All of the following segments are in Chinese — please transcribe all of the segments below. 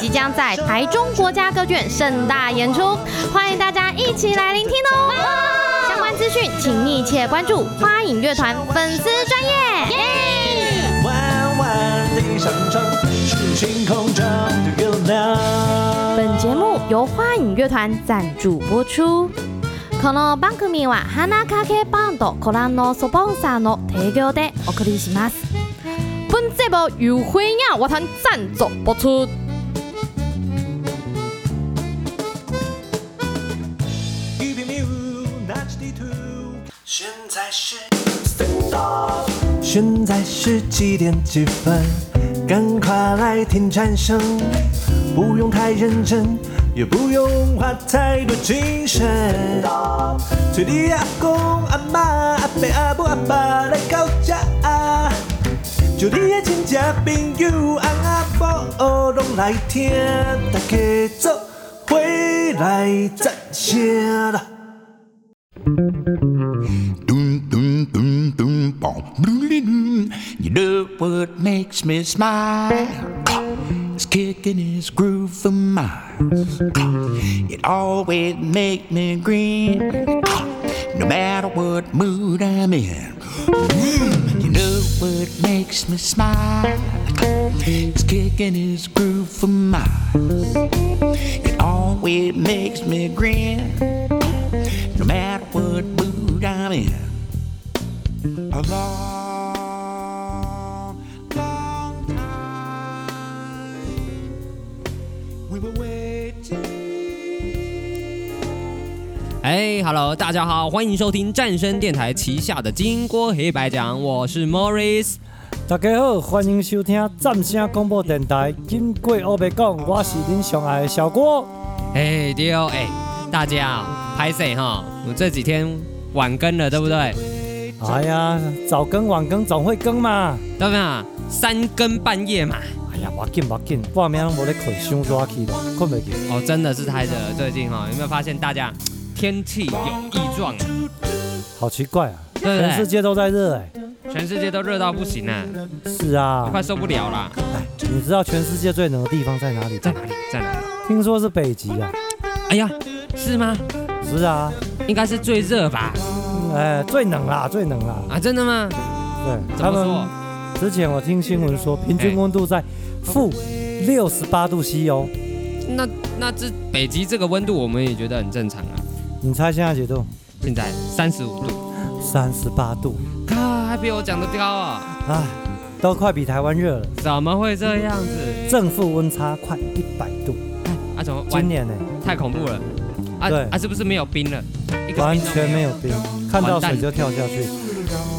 即将在台中国家歌剧院盛大演出，欢迎大家一起来聆听哦。相关资讯请密切关注花影乐团粉丝专业。弯弯的山川是星空中的月亮。本节目由花影乐团赞助播出。この番組は花かけバンドコランのスポンサーの提供でお送りします。本节目由花影乐团赞助播出。现在是现在是几点几分？赶快来听蝉声，不用太认真，也不用花太多精神。催你阿公阿妈阿伯阿母阿爸来啊到家，就你的亲戚朋友阿阿婆拢来听，大家做伙来赞声啦！ Doom, doom, doom, doom, boom, doom, doom, doom. You know what makes me smile? It's kicking his groove for miles. It always makes me grin, no matter what mood I'm in. Mm, You know what makes me smile? It's kicking his groove for miles. It always makes me grin no matter what mood I'm in. A long, long time we were waiting. 哎，Hello，大家好，欢迎收听战声电台旗下的金锅黑白讲，我是 Morris。大家好，欢迎收听赞声广播电台。经过我白讲，我是恁上爱的小郭。哎，对哦，哎，大家拍谁哈？我这几天晚更了，对不对？哎呀，早更晚更总会更嘛。对不对啊？三更半夜嘛。哎呀，无要紧无要紧，半暝拢无咧困，伤热去咯，困袂去。哦，真的是太热了，最近哈、有没有发现大家天气有异状啊？好奇怪啊，对全不世界都在热哎、对？全世界都热到不行啊，是啊，快受不了啦！你知道全世界最冷的地方在哪里在吗？哪里？在哪里？听说是北极啊。哎呀，是吗？是啊，应该是最热吧？哎，最冷啦，最冷啦。啊，真的吗？对，怎他么们说？之前我听新闻说，平均温度在负六十八度 C 哦。那那这北极这个温度，我们也觉得很正常啊。你猜现在几度？现在三十五度，三十八度。靠，还比我讲的高啊！唉，都快比台湾热了，怎么会这样子？正负温差快一百度。啊，怎么今完年呢、太恐怖了？啊对啊，是不是没有冰了？一个完冰都全没有。有冰，看到水就跳下去，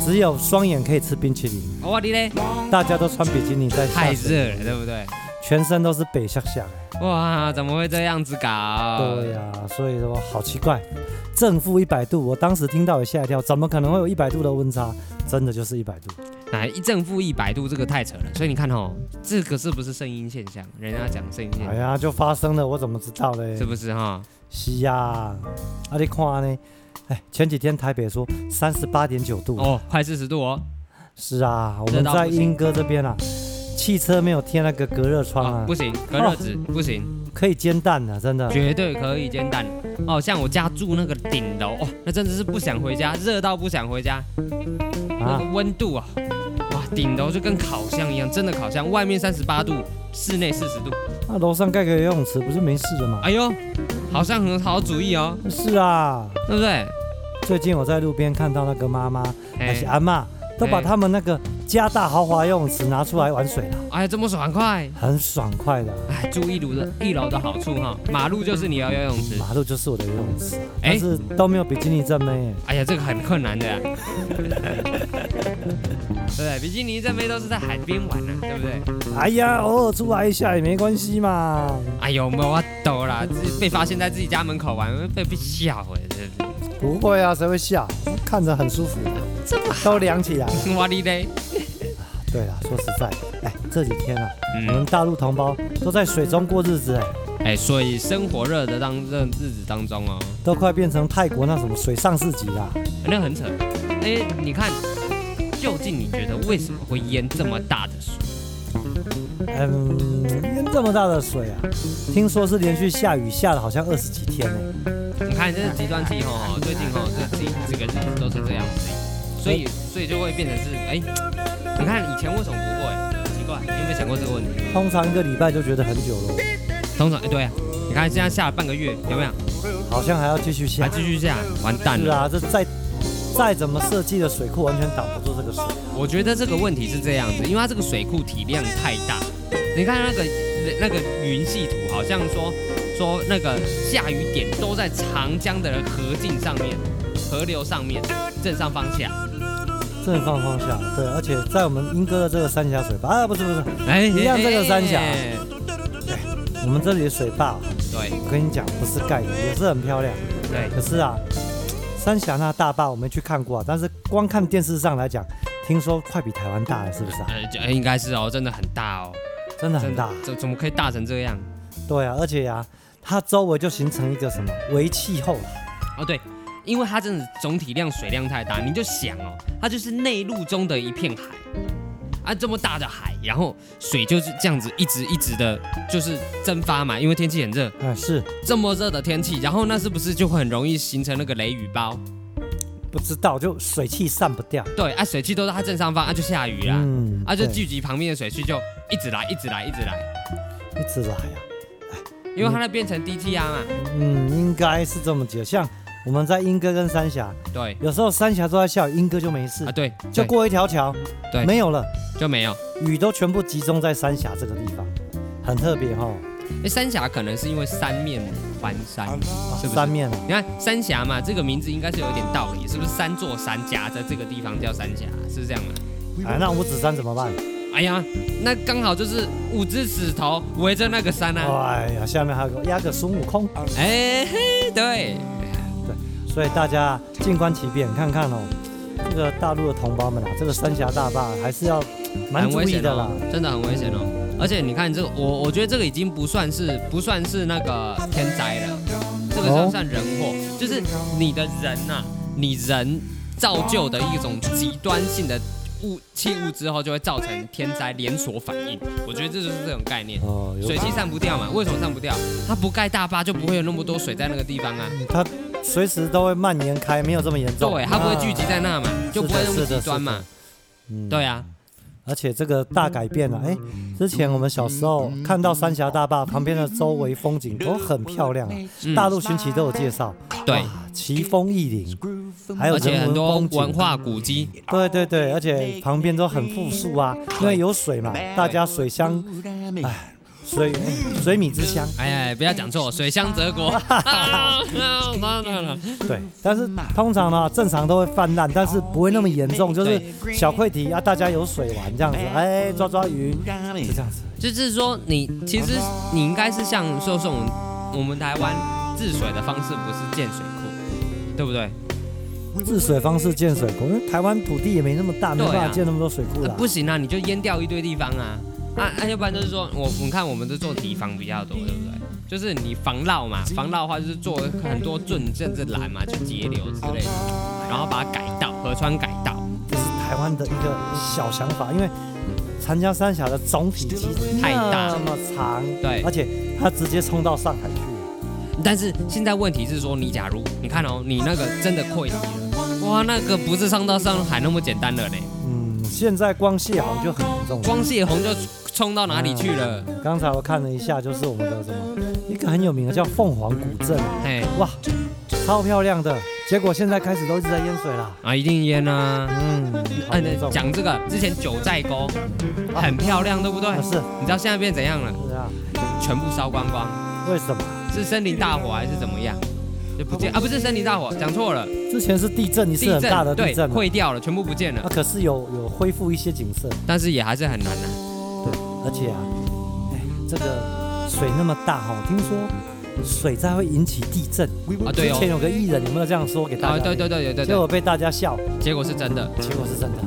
只有双眼可以吃冰淇淋。哦，你嘞？大家都穿比基尼在太下水，热了，对不对？全身都是北向下。哇，怎么会这样子搞？对呀、所以说好奇怪，正负一百度，我当时听到也吓一跳，怎么可能会有一百度的温差？真的就是一百度。哎，一正负一百度，这个太扯了。所以你看哦，这个是不是声音现象？人家讲声音现哎象，呀，就发生了，我怎么知道嘞嗯是？不是哈？是呀、啊，你看呢？哎，前几天台北说三十八点九度。哦，快四十度哦。是啊，我热们到在不行英哥这边啊，汽车没有贴那个隔热窗啊啊，，不行，隔热纸不行。可以煎蛋的、真的。绝对可以煎蛋哦。像我家住那个顶楼哦，那真的是不想回家，热到不想回家。那啊个温度啊，哇，顶楼就跟烤箱一样，真的烤箱，外面三十八度，室内四十度。那楼上盖个游泳池不是没事的吗？哎呦，好像很好主意哦，是啊，对不对？最近我在路边看到那个妈妈，那些哎，阿嬷都把哎他们那个加大豪华游泳池拿出来玩水了，哎，这么爽快，很爽快的。哎，住一楼的一楼的好处哈、马路就是你的游泳池。马路就是我的游泳池，哎但是都没有比基尼正妹耶。哎呀，这个很困难的、啊。 对不对，比基尼这边都是在海边玩呢、啊，对不对？哎呀，偶尔出来一下也没关系嘛。哎呦，没法抖啦，自己被发现在自己家门口玩，被被笑哎，真是不会啊，谁会笑？看着很舒服，都凉起来了。哇哩嘞，对啦，说实在，哎，这几天啊，我们嗯，大陆同胞都在水中过日子，哎，哎，所以生活热的当这日子当中哦，都快变成泰国那什么水上市集啦。那很扯。哎，你看，究竟你觉得为什么会淹这么大的水？嗯，淹这么大的水啊，听说是连续下雨，下了好像二十几天呢。你看这是极端气候哦，最近哦，这这这个日子都是这样子，所以所以就会变成是哎，你看以前为什么不会？奇怪，你有没有想过这个问题？通常一个礼拜就觉得很久了，通常哎对啊，你看现在下了半个月，有没有？好像还要继续还下。继续下，完蛋是了。啊，这再再怎么设计的水库，完全挡不住这个水。我觉得这个问题是这样子，因为它这个水库体量太大。你看那个那个云系图，好像说说那个下雨点都在长江的河径上面、河流上面正上方下。正放方向，对，而且在我们莺歌的这个三峡水坝，啊，不是不是，哎，一样这个三峡哎我们这里的水坝，对我跟你讲，不是盖的，也是很漂亮。对，可是啊，三峡那大坝我没去看过啊，但是光看电视上来讲，听说快比台湾大了，是不是啊？呃，就哎应该是哦，真的很大哦，真的很大，这怎么可以大成这样？对啊，而且啊，它周围就形成一个什么微气候啊了，哦，对，因为它真的总体量水量太大，你就想哦，它就是内陆中的一片海，啊，这么大的海，然后水就是这样子一直一直的，就是蒸发嘛，因为天气很热，嗯，是这么热的天气，然后那是不是就会很容易形成那个雷雨包？不知道就水汽散不掉，对，啊，水汽都在它正上方，啊，就下雨啦，嗯啊，就对聚集旁边的水汽就一直来，一直来，一直来，一直来啊，因为它那变成 DTR 嘛，嗯，应该是这么解。像我们在莺歌跟三峡，对，有时候三峡都在下雨，莺歌就没事啊，对，就对过一条桥，对没有了，就没有。雨都全部集中在三峡这个地方，很特别哈、哎，三峡可能是因为三面环山，是不是？三面啊，你看三峡嘛，这个名字应该是有点道理，是不是？三座山夹在这个地方叫三峡，是这样吗？啊，那五指山怎么办？哎呀，那刚好就是五只指头围着那个山啊！哎呀，下面还有个压个孙悟空，哎，嘿对，所以大家静观其变，看看哦。这个大陆的同胞们啊，这个三峡大坝还是要蛮很注危意险的啦。哦，真的很危险哦。而且你看这个，我我觉得这个已经不算是不算是那个天灾了，这个哦算算人祸，就是你的人呐、你人造就的一种极端性的物器物之后，就会造成天灾连锁反应。我觉得这就是这种概念。哦，有水汽散不掉嘛？为什么散不掉？它不盖大坝就不会有那么多水在那个地方啊。嗯它随时都会蔓延开，没有这么严重。对，它不会聚集啊。在那嘛，就不会那么是的极端嘛。嗯对啊，而且这个大改变了、啊，哎，之前我们小时候看到三峡大坝旁边的周围风景都很漂亮啊，嗯大陆寻奇都有介绍，对，哇，奇峰异岭，还有而且人很多文风景文化古迹，对对对，而且旁边都很富庶啊，嗯因为有水嘛，大家水乡 Ah, 水水米之乡。哎哎，不要讲嗯错，水乡泽 国。 啊那那那对，但嗯是通常呢，正常都会泛滥，但是哦不会那么严重，就是小溃堤啊，大家有水玩这样子，嗯哎，抓抓鱼，就这样子。就是说你其实你应该是像说是我们我们台湾治水的方式，不是建水库，对不对？治水方式建水库，因为台湾土地也没那么大，没嗯对啊办法建那么多水库呃啦。不行啊，你就淹掉一堆地方啊啊啊！要不然就是说我我看我们都做堤防比较多，对不对？就是你防涝嘛，防涝的话就是做很多圳甚至栏嘛，去截流之类的，然后把它改道，河川改道。这是台湾的一个小想法，因为长江三峡的总体积太大那么长，对而且它直接冲到上海去了。但是现在问题是说，你假如你看哦，你那个真的溃堤了，哇，那个不是上到上海那么简单了嘞，嗯，现在光泄洪就很严重了。光泄洪就冲到哪里去了？刚才我看了一下，就是我们的什么一个很有名的叫凤凰古镇，嘿哇，超漂亮的。结果现在开始都一直在淹水啦。啊，一定淹啊！嗯，好哎，严重。讲这个之前九寨沟很漂亮，对不对？啊是你知道现在变怎样了？是啊，全部烧光光。为什么？是森林大火还是怎么样？就不见啊，不是森林大火，讲错了，之前哦是地震，一次地很大的震地对震嘛，毁掉了，全部不见啊，了，可是有有恢复一些景色，但是也还是很难啊。而且啊，哎，这个水那么大哈、哦，听说水灾会引起地震。啊对哦之前有个艺人有没有这样说给大啊，家？对对对对对结果对，被大家笑，结果是真的，结果是真的。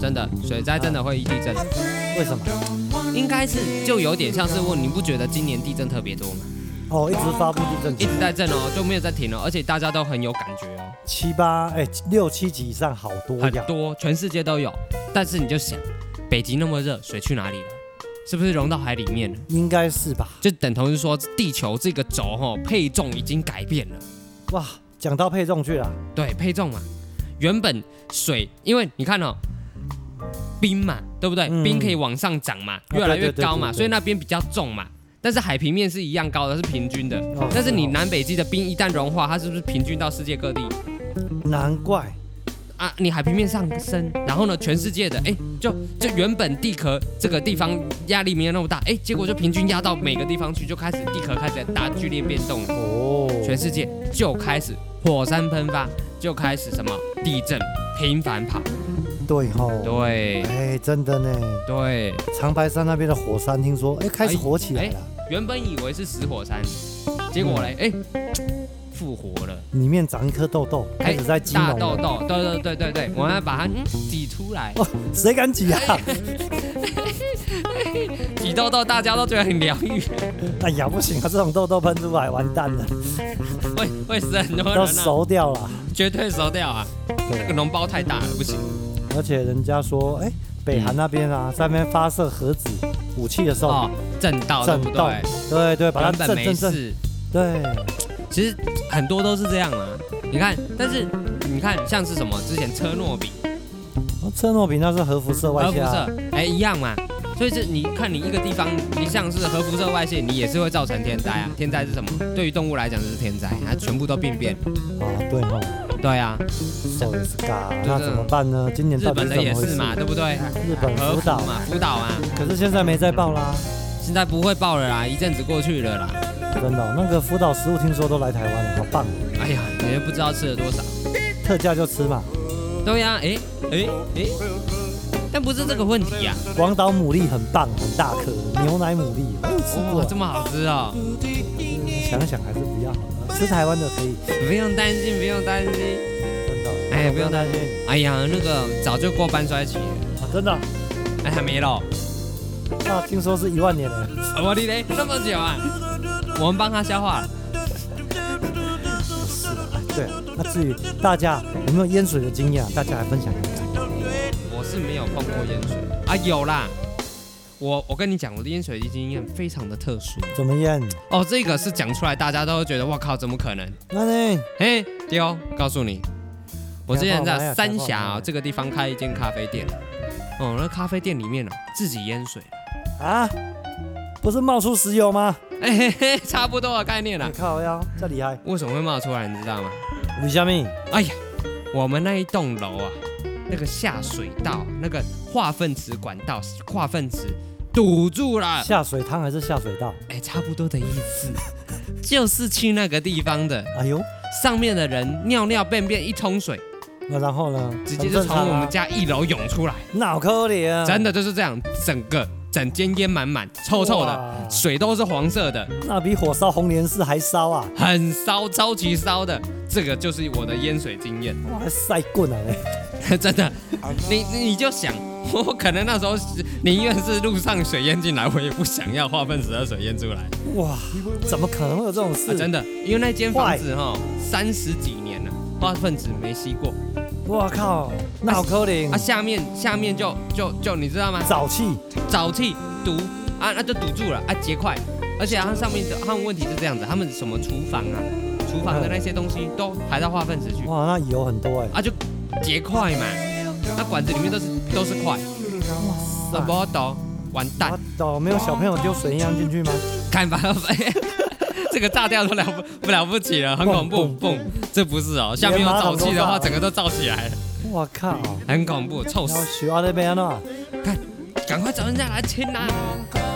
真的水灾真的会地震，嗯为什么？应该是就有点像是问你不觉得今年地震特别多吗？哦，一直发布地震一警直在震哦，就没有在停哦，而且大家都很有感觉哦，七八哎六七级以上好多很呀，多全世界都有，但是你就想，北极那么热，水去哪里了？是不是融到海里面了？应该是吧？就等同于说地球这个轴哈、配重已经改变了。哇，讲到配重去了，对，配重嘛。原本水，因为你看哦，冰嘛，对不对？嗯冰可以往上涨嘛，越来对越对对高嘛，对对所以那边比较重嘛。但是海平面是一样高的，是平均的。哦但是你南北极的冰一旦融化，它是不是平均到世界各地难怪啊？你海平面上升，然后呢，全世界的哎，就就原本地壳这个地方压力没有那么大，哎，结果就平均压到每个地方去，就开始地壳开始大剧烈变动了。哦，全世界就开始火山喷发，就开始什么地震频繁跑。对吼，对哎，真的呢，对，长白山那边的火山，听说哎开始火起来了，原本以为是死火山，结果嘞，哎、嗯复活了，里面长一颗痘痘，开哎始在激大隆痘了。痘，对对对对对，我们要把它嗯挤出来，哇，谁敢挤啊？哎挤痘痘，大家都觉得很疗愈，哎呀，不行啊，这种痘痘喷出来完蛋了，嗯会会死很多要人啊，熟掉了。绝对熟掉啊，对那啊个脓包太大了，不行。而且人家说，哎、北韩那边啊，在那边发射核子武器的时候，哦，震到对震不动对？对对，把它原震本没震震，事，对，其实很多都是这样啊。你看，但是你看像是什么之前车诺比哦车诺比那是核辐射外核辐泄、啊，射，哎、一样嘛。所以这你看你一个地方，你像是核辐射外泄，你也是会造成天灾啊。天灾是什么？对于动物来讲就是天灾，它全部都病变。啊，对哦，对啊，手也是嘎，对那对怎么办呢？今年日到底本是的怎也么回是事？嘛，对不对？日本核福岛辐，嘛，福岛啊，可是现在没再爆啦，现在不会爆了啦，一阵子过去了啦。真的哦、那个福岛食物听说都来台湾了，好棒哦，哎呀，你也不知道吃了多少。特价就吃嘛。对呀、哎哎哎，但不是这个问题啊。广岛牡蛎很棒，很大颗，牛奶牡蛎，我有吃过哇，，这么好吃哦！想想还是不要好了，吃台湾的可以，不用担心，不用担心。真的哦，哎不用担心，哎呀，那个早就过半衰期了，啊真的哦。哎，还没咯。那听说是一万年了，我的嘞，这么久啊！我们帮他消化了。是啊，对。那至于大家有没有淹水的经验啊？大家来分享一下。我是没有碰过淹水啊，有啦。我我跟你讲，我的淹水经验非常的特殊怎么淹？哦，这个是讲出来大家都会觉得哇靠，怎么可能？那呢？嘿，丢、告诉你，我之前在三峡、讲话啊、这个地方开一间咖啡店，哦，那咖啡店里面呢、自己淹水，啊，不是冒出石油吗？哎嘿嘿，差不多的概念你啦。靠呀，这厉害！为什么会冒出来，你知道吗？吕佳明，哎呀，我们那一栋楼啊，那个下水道那个化粪池管道化粪池堵住了，下水汤还是下水道？哎，差不多的意思，就是去那个地方的，哎呦，上面的人尿尿便便一冲水，那然后呢？直接很就正从常我啊们，家一楼涌出来，脑壳里啊，真的就是这样，整个整间烟满满，臭臭哇的，水都是黄色的，那比火烧红莲寺还烧啊！很烧，超级烧的，这个就是我的淹水经验。哇，还晒棍啊 嘞！真的，你你就想，我可能那时候是宁愿是路上水淹进来，我也不想要化粪池的水淹出来、啊哇，怎么可能会有这种事？真的，因为那间房子哈三十几年了，化粪池没吸过，我靠，脑壳里啊，下面下面就就就你知道吗？沼气，沼气堵啊，那就堵住了啊，结块，而且它上面的他们问题是这样子，他们什么厨房啊，厨房的那些东西都排到化粪池去哇，那油很多哎。啊，就结块嘛，那管子里面都是都是块，哇啊，不懂，完蛋我。懂，啊没有小朋友丢水一样进去吗？看吧，这个炸掉都了不不了不起了，很恐怖，蹦蹦，这不是哦，下面有沼气的话，整个都燥起来了，我靠！很恐怖，臭要死，学阿那边啊，赶快找人家来清啊，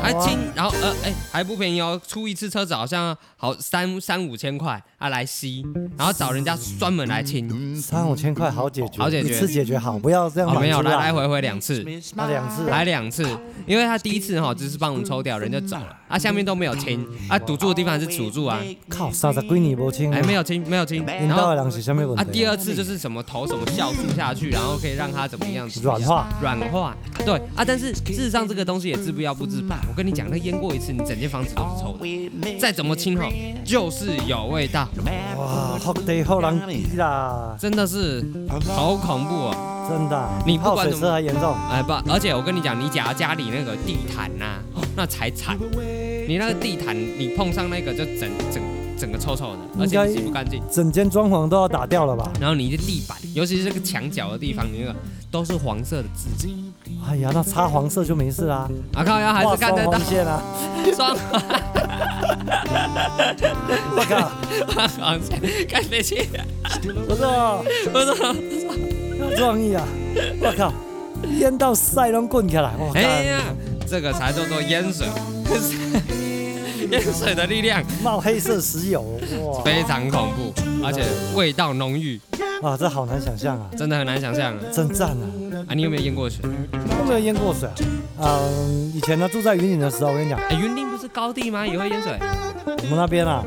来清，然后呃哎还不便宜哦，出一次车子好像好三三五千块啊来吸，然后找人家专门来清，三五千块好解决，好解决一次解决好，不要这样哦买没有出来来回回两次。那两次啊来两次，因为他第一次哈、只是帮我们抽掉，人就走了，啊下面都没有清，啊堵住的地方还是堵住啊，靠，三十几年不清，哎没，有清没有清，引然后导的人是什么问题？啊，第二次就是什么投什么酵素下去，然后可以让它怎么样怎么软样化，软化，对啊，但是事实上这个东西也治不药不治本。我跟你讲，那腌过一次，你整间房子都是臭的，再怎么清吼，就是有味道，哇，好地好人机啦，真的是好恐怖哦！真的啊，你不泡管水怎么车还严重，哎不，而且我跟你讲，你假如家里那个地毯呐、那才惨。你那个地毯，你碰上那个就整整整个臭臭的，而且应该你洗不干净。整间装潢都要打掉了吧？然后你的地板，尤其是这个墙角的地方，你那个都是黄色的字迹，哎呀，那擦黄色就没事啦，啊靠腰还画是看双得到黄线啊！双我靠，黄黄线，看得清。不是哦，我说，有创意啊！我靠，淹到塞拢滚起来，我哎靠，呀，这个才叫做淹水，哎淹水的力量冒黑色石油，哇非常恐怖，而且味道浓郁，啊，这好难想象啊，真的很难想象真赞啊！啊！你有没有淹过水？都没有淹过水啊。嗯，以前呢住在云岭的时候，我跟你讲，哎，云林不是高地吗？也会淹水我们那边啊，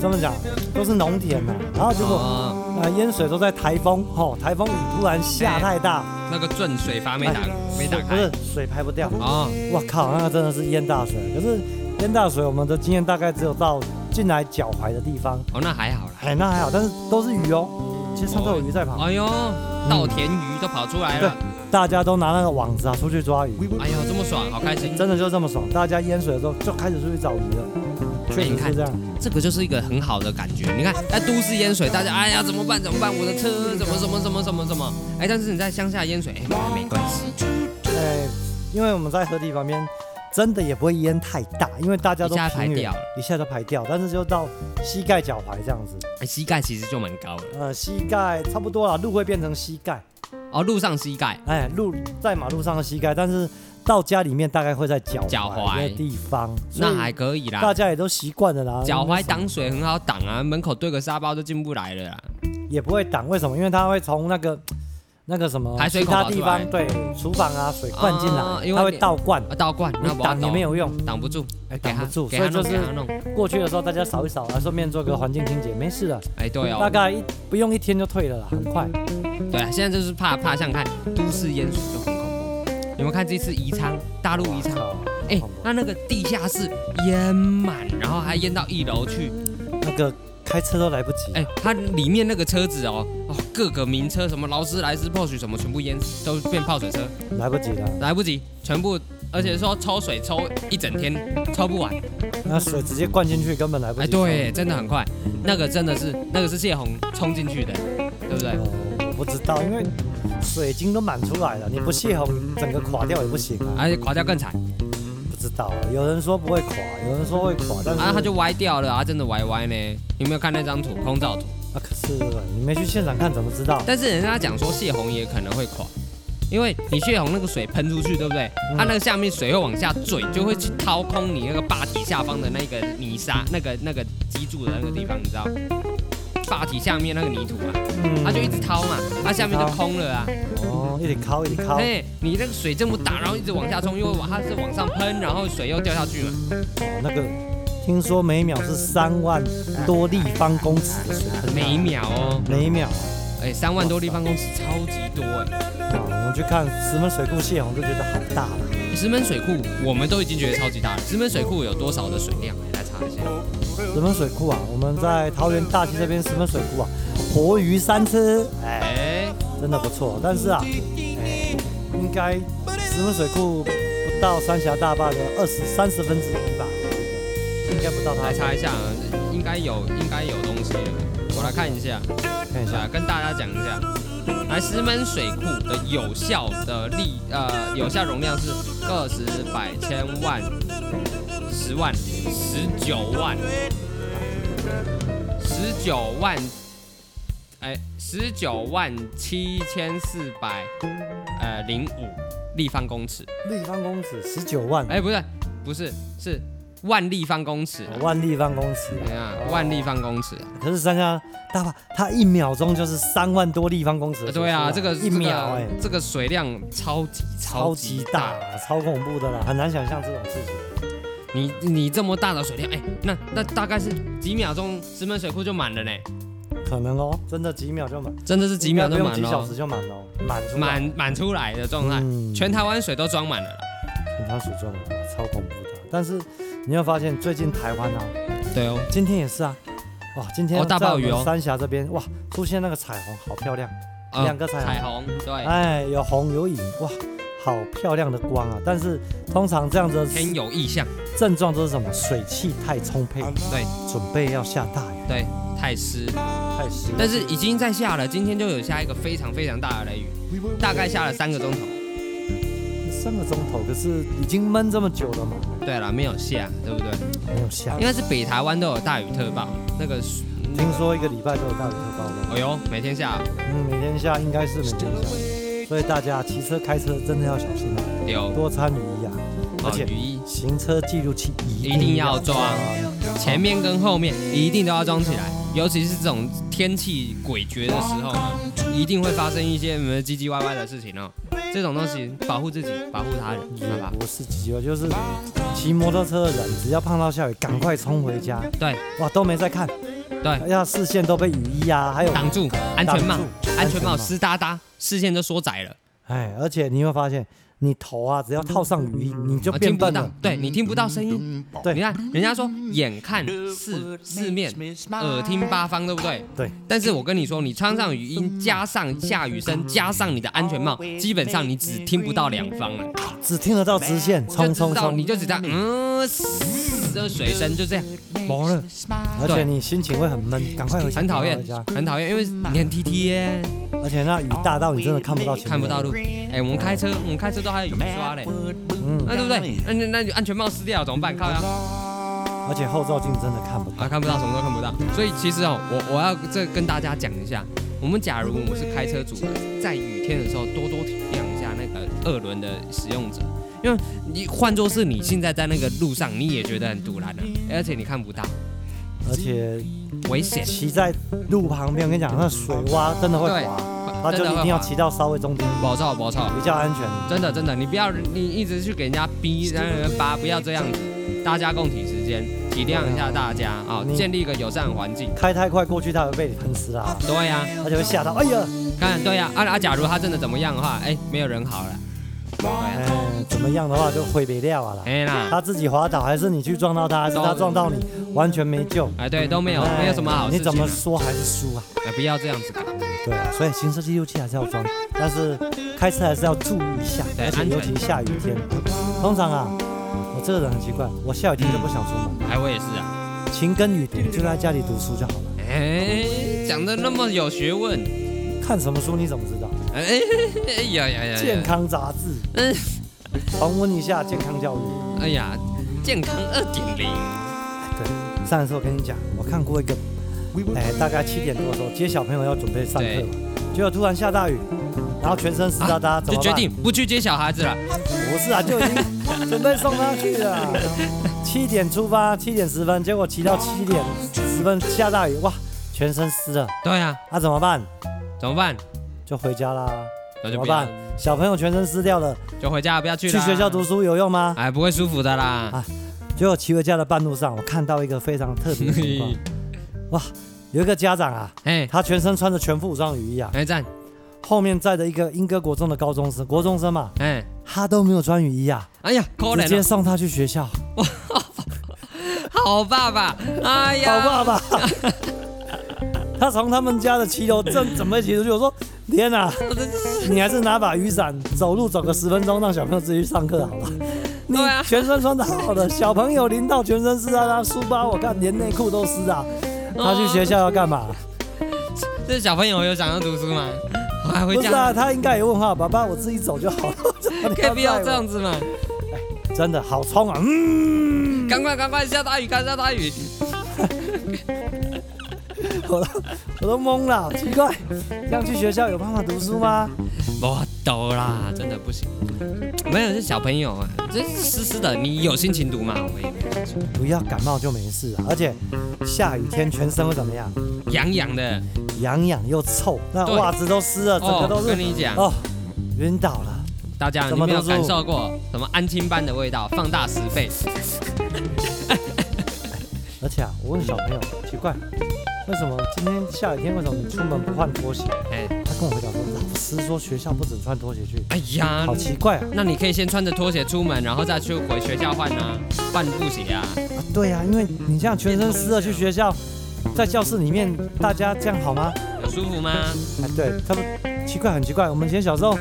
这么讲都是农田呐、然后结果哦。呃淹水都在台风，吼，台风雨突然下太大，哎那个圳水阀没打没打不开是水排不掉，哦，我靠，那个真的是淹大水。可是淹大水，我们的经验大概只有到进来脚踝的地方，哦那还好啦。哎，那还好，但是都是鱼哦。其实上都有鱼在旁，哎呦，稻田鱼都跑出来了，大家都拿那个网子啊出去抓鱼，哎呦这么爽，好开心！真的就这么爽。大家淹水的时候就开始出去找鱼了，确哎你实看是这样。这个就是一个很好的感觉。你看，在都市淹水，大家哎呀怎么办怎么办？我的车怎么怎么怎么怎么怎么？哎，但是你在乡下淹水，哎没关系，哎，因为我们在河堤旁边，真的也不会淹太大，因为大家都一下排平掉原了，一下都排掉，但是就到膝盖、脚踝这样子，哎膝盖其实就蛮高了。呃，膝盖差不多啦，路会变成膝盖，哦，路上膝盖，哎，路在马路上的膝盖，但是到家里面大概会在脚脚踝踝的地方，所那以还可以大啦。家也都习惯了啦，脚踝挡水很好挡啊，门口堆个沙包都进不来了啦。也不会挡，为什么？因为它会从那个那个什么排水其口他跑地出来方对厨房啊水灌进啊来，因为它会你倒灌，啊，倒灌，那我你要挡也倒没有用。挡不住，哎给他挡不住给他弄，所以就给是他弄。过去的时候大家扫一扫啊，顺便做个环境清洁，没事的，哎，对哦大，概一不用一天就退了啦，很快。对啊，现在就是怕怕像看都市淹水就很恐怖。你们看这次宜昌，大陆宜昌，靠哎好吧，那那个地下室淹满，然后还淹到一楼去。那个开车都来不及，哎，它里面那个车子哦，哦，各个名车什么劳斯莱斯、Porsche 什么，全部淹死，都变泡水车，来不及了，来不及，全部。而且说抽水抽一整天抽不完，那水直接灌进去根本来不哎，及。对，真的很快，那个真的是那个是泄洪冲进去的，对不对？哦，我不知道，因为水晶都满出来了，你不泄洪，整个垮掉也不行啊。而且垮掉更惨，不知道啊，有人说不会垮，有人说会垮，但是啊，它就歪掉了啊，真的歪歪呢。你有没有看那张图，空照图？啊，可是你没去现场看怎么知道？但是人家讲说泄洪也可能会垮，因为你泄洪那个水喷出去，对不对？它那个下面水会往下坠，就会去掏空你那个坝体下方的那个泥沙、那个那个基柱的那个地方，你知道？坝体下面那个泥土嘛，嗯它就一直掏嘛，它下面就空了啊。哦，一点靠一点靠，哎，你那个水这么打，然后一直往下冲，因为往它是往上喷，然后水又掉下去嘛。那个听说每秒是三万多立方公尺的水喷啊每每秒哦，每秒啊，哎，三万多立方公尺，超级多哎。哇我们去看石门水库泄洪就觉得好大了。石门水库我们都已经觉得超级大了，石门水库有多少的水量？来查一下。石门水库啊，我们在桃园大溪这边石门水库啊，活鱼三吃，哎，哎，真的不错。但是啊，哎，应该石门水库不到三峡大坝的二十三十分之一吧，应该不到它来的。查一下，应该有，应该有东西了。我来看一下，看一对下啊，，跟大家讲一下，来石门水库的有效的力，呃，有效容量是二十百千万、十万、十九万、十九万，哎，十九万七千四百，呃，零五立方公尺。立方公尺十九万，哎，不是，不是，是万立方公尺啊。万立方公尺怎样？啊万立方公尺啊。可是三峡大坝，它一秒钟就是三万多立方公尺的呃水出对来。啊，这个一秒哎、这个，这个水量超级超超级级大大。啊，超恐怖的啦，很难想象这种事情。你你这么大的水量，哎，那那大概是几秒钟，石门水库就满了呢？可能哦，真的几秒就满，真的是几秒应该就不用满几了小哦时，就满了哦，满出来满满出来的状态，嗯全台湾水都装满了啦。很像水中了，超恐怖的。但是你会发现，最近台湾啊，对哦，今天也是啊，哇，今天哦大暴在我们雨哦三峡这边哇，出现那个彩虹，好漂亮，呃两个彩虹啊彩虹，对，哎，有红有影，哇，好漂亮的光啊！但是通常这样子天的有异象，症状都是什么？水汽太充沛，对准备要下大雨，对，太湿，太湿。但是已经在下了，今天就有下一个非常非常大的雷雨，大概下了三个钟头。三个钟头，可是已经闷这么久了嘛，对了，没有下，对不对？没有下应。该是北台湾都有大雨特报，那个水，那听个说一个礼拜都有大雨特报了，哎呦，每天下啊嗯，每天下应该是每天下，所以大家骑车开车真的要小心啊，有，多穿雨衣啊，而哦且雨衣行车记录器一一定定要要装装。前面跟后面一定都要装起来，尤其是这种天气诡谲的时候呢，一定会发生一些什么唧唧歪歪的事情哦。这种东西保护自己，保护他人，也好吧？不是急哦，就是骑摩托车的人，只要碰到下雨，赶快冲回家。对哇，都没在看，对，要视线都被雨衣啊，还有挡住安全帽挡，住安全帽安全帽湿哒哒，视线都缩窄了，哎，而且你会发现，你头啊，只要套上雨衣，你就啊变听不笨到了。，嗯对你听不到声音。对你看，人家说眼看四四面，耳听八方，对不对？对，但是我跟你说，你穿上雨衣，加上下雨声，加上你的安全帽，基本上你只听不到两方了，只听得到直线，就冲知冲道冲你，就只知道嗯，嘶这水声就这样，毛了，而且对你心情会很闷，赶快回家，很讨厌赶快回，很讨厌，因为你看 T T 耶，家。而且那雨大到你真的看不到前面，看不到路。哎，我们开车，我们开车都还有雨刷嘞，嗯，那对不对？那那那安全帽撕掉了怎么办？靠呀！而且后照镜真的看不到。啊，看不到，什么都看不到。所以其实哦，我我要这跟大家讲一下，我们假如我是开车主的，在雨天的时候多多体谅一下那个二轮的使用者，因为你换作是你现在在那个路上，你也觉得很堵然了、而且你看不到，而且危险。骑在路旁边，我跟你讲，那水洼真的会对滑，它啊真就的一定会要滑骑到稍微中间，不错不错，比较安全。真的真的，你不要你一直去给人家逼，让人家扒，不要这样子。大家共体时间，体谅一下大家啊、你建立一个友善环境。开太快过去，它会被你喷死啦，对啊呀、它就会吓到，哎呀，看对呀、啊，啊，假如他真的怎么样的话，哎，没有人好了。对啊、嗯，怎么样的话就毁别掉啊啦。哎啦，他自己滑倒，还是你去撞到他，还是他撞到你，完全没救。哎，对，都没有，哎没有什么好事你情啊。怎么说还是输啊？哎？不要这样子搞，对啊，所以行车记录器还是要装，但是开车还是要注意一下，对而且安全尤其下雨天。通常啊，我这个人很奇怪，我下雨天就不想出门，哎，我也是啊。晴跟雨读就在家里读书就好了。哎，讲的那么有学问，看什么书你怎么知道？哎，哎呀呀呀呀，健，康杂志，嗯， 重温一下健康教育。哎呀，健康二点零，对，上一次我跟你讲，我看过一个，哎，大概七点多的时候接小朋友要准备上课嘛，结果突然下大雨，然后全身湿哒哒，怎啊就么决办？定不去接小孩子了。不是啊，就已 经准备送他去了。七点出发，七点十分，结果骑到七点十分下大雨，哇，全身湿了，对啊，那、怎么办？怎么办？就回家啦。那怎就么不办要，？小朋友全身湿掉了，就回家，不要去去啦学校读。书有用吗？哎，不会舒服的啦。 啊结果骑回家的半路上，我看到一个非常特别的 情况，哇，有一个家长啊，哎，他全身穿着全副武装雨衣啊，哎赞，后面载着一个英歌国中的高中生，国中生嘛，哎，他都没有穿雨衣啊，哎呀，可直接怜哦，送他去 学校，好爸爸，哎好呀，爸爸。 他从他们家的骑楼正准备骑出去，我说：“天哪、你还是拿把雨伞，走路走个十分钟，让小朋友自己去上课好 了。你对啊全身穿的好的，小朋友淋到全身湿啊，他书包我看连内裤都湿啊。哦他去学校要干嘛？这小朋友有想要读书吗？ 还回不是家，啊，他应该也问话，爸爸，我自己走 就好了。可以不要这样子嘛？真的好冲啊！嗯，赶快，赶快下大雨，赶快下大雨。我都我都懵了，奇怪，这样去学校有办法读书吗？我抖啦，真的不行。没有，是小朋友啊，这湿湿的，你有心情读吗？我也没有心情，不要感冒就没事啊了，而且下雨天全身会怎么样？痒痒的。痒痒又臭，那对袜子都湿了，整哦个，都我是跟你讲，哦，晕倒了。大家怎你么没有都是感受过什么安亲班的味道，放大十倍。而且啊，我问小朋友，奇怪，为什么今天下雨天为什么你出门不换拖鞋？哎，他跟我回答说，老师说学校不准穿拖鞋去，哎呀好，奇怪啊！那你可以先穿着拖鞋出门，然后再去回学校换啊，换布鞋啊。啊对啊，因为你这样全身湿了去学校，在教室里面大家这样好吗？有舒服吗？哎，对他们奇怪，很奇怪。我们以前小时候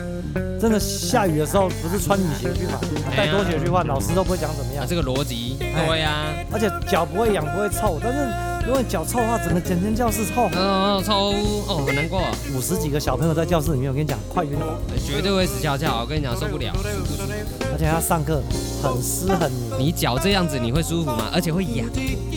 真的下雨的时候不是穿雨鞋去嘛，带拖鞋去换，老师都不会讲怎么样啊，。这个逻辑，哎对啊呀，而且脚不会痒，不会臭。但是如果你脚臭的话，整个整间教室臭。哦，超污，哦，很难过，五十几个小朋友在教室里面，我跟你讲，快晕倒。绝对会死翘翘，我跟你讲受不了，舒不舒服？而且他上课很湿很黏，你脚这样子你会舒服吗？而且会痒，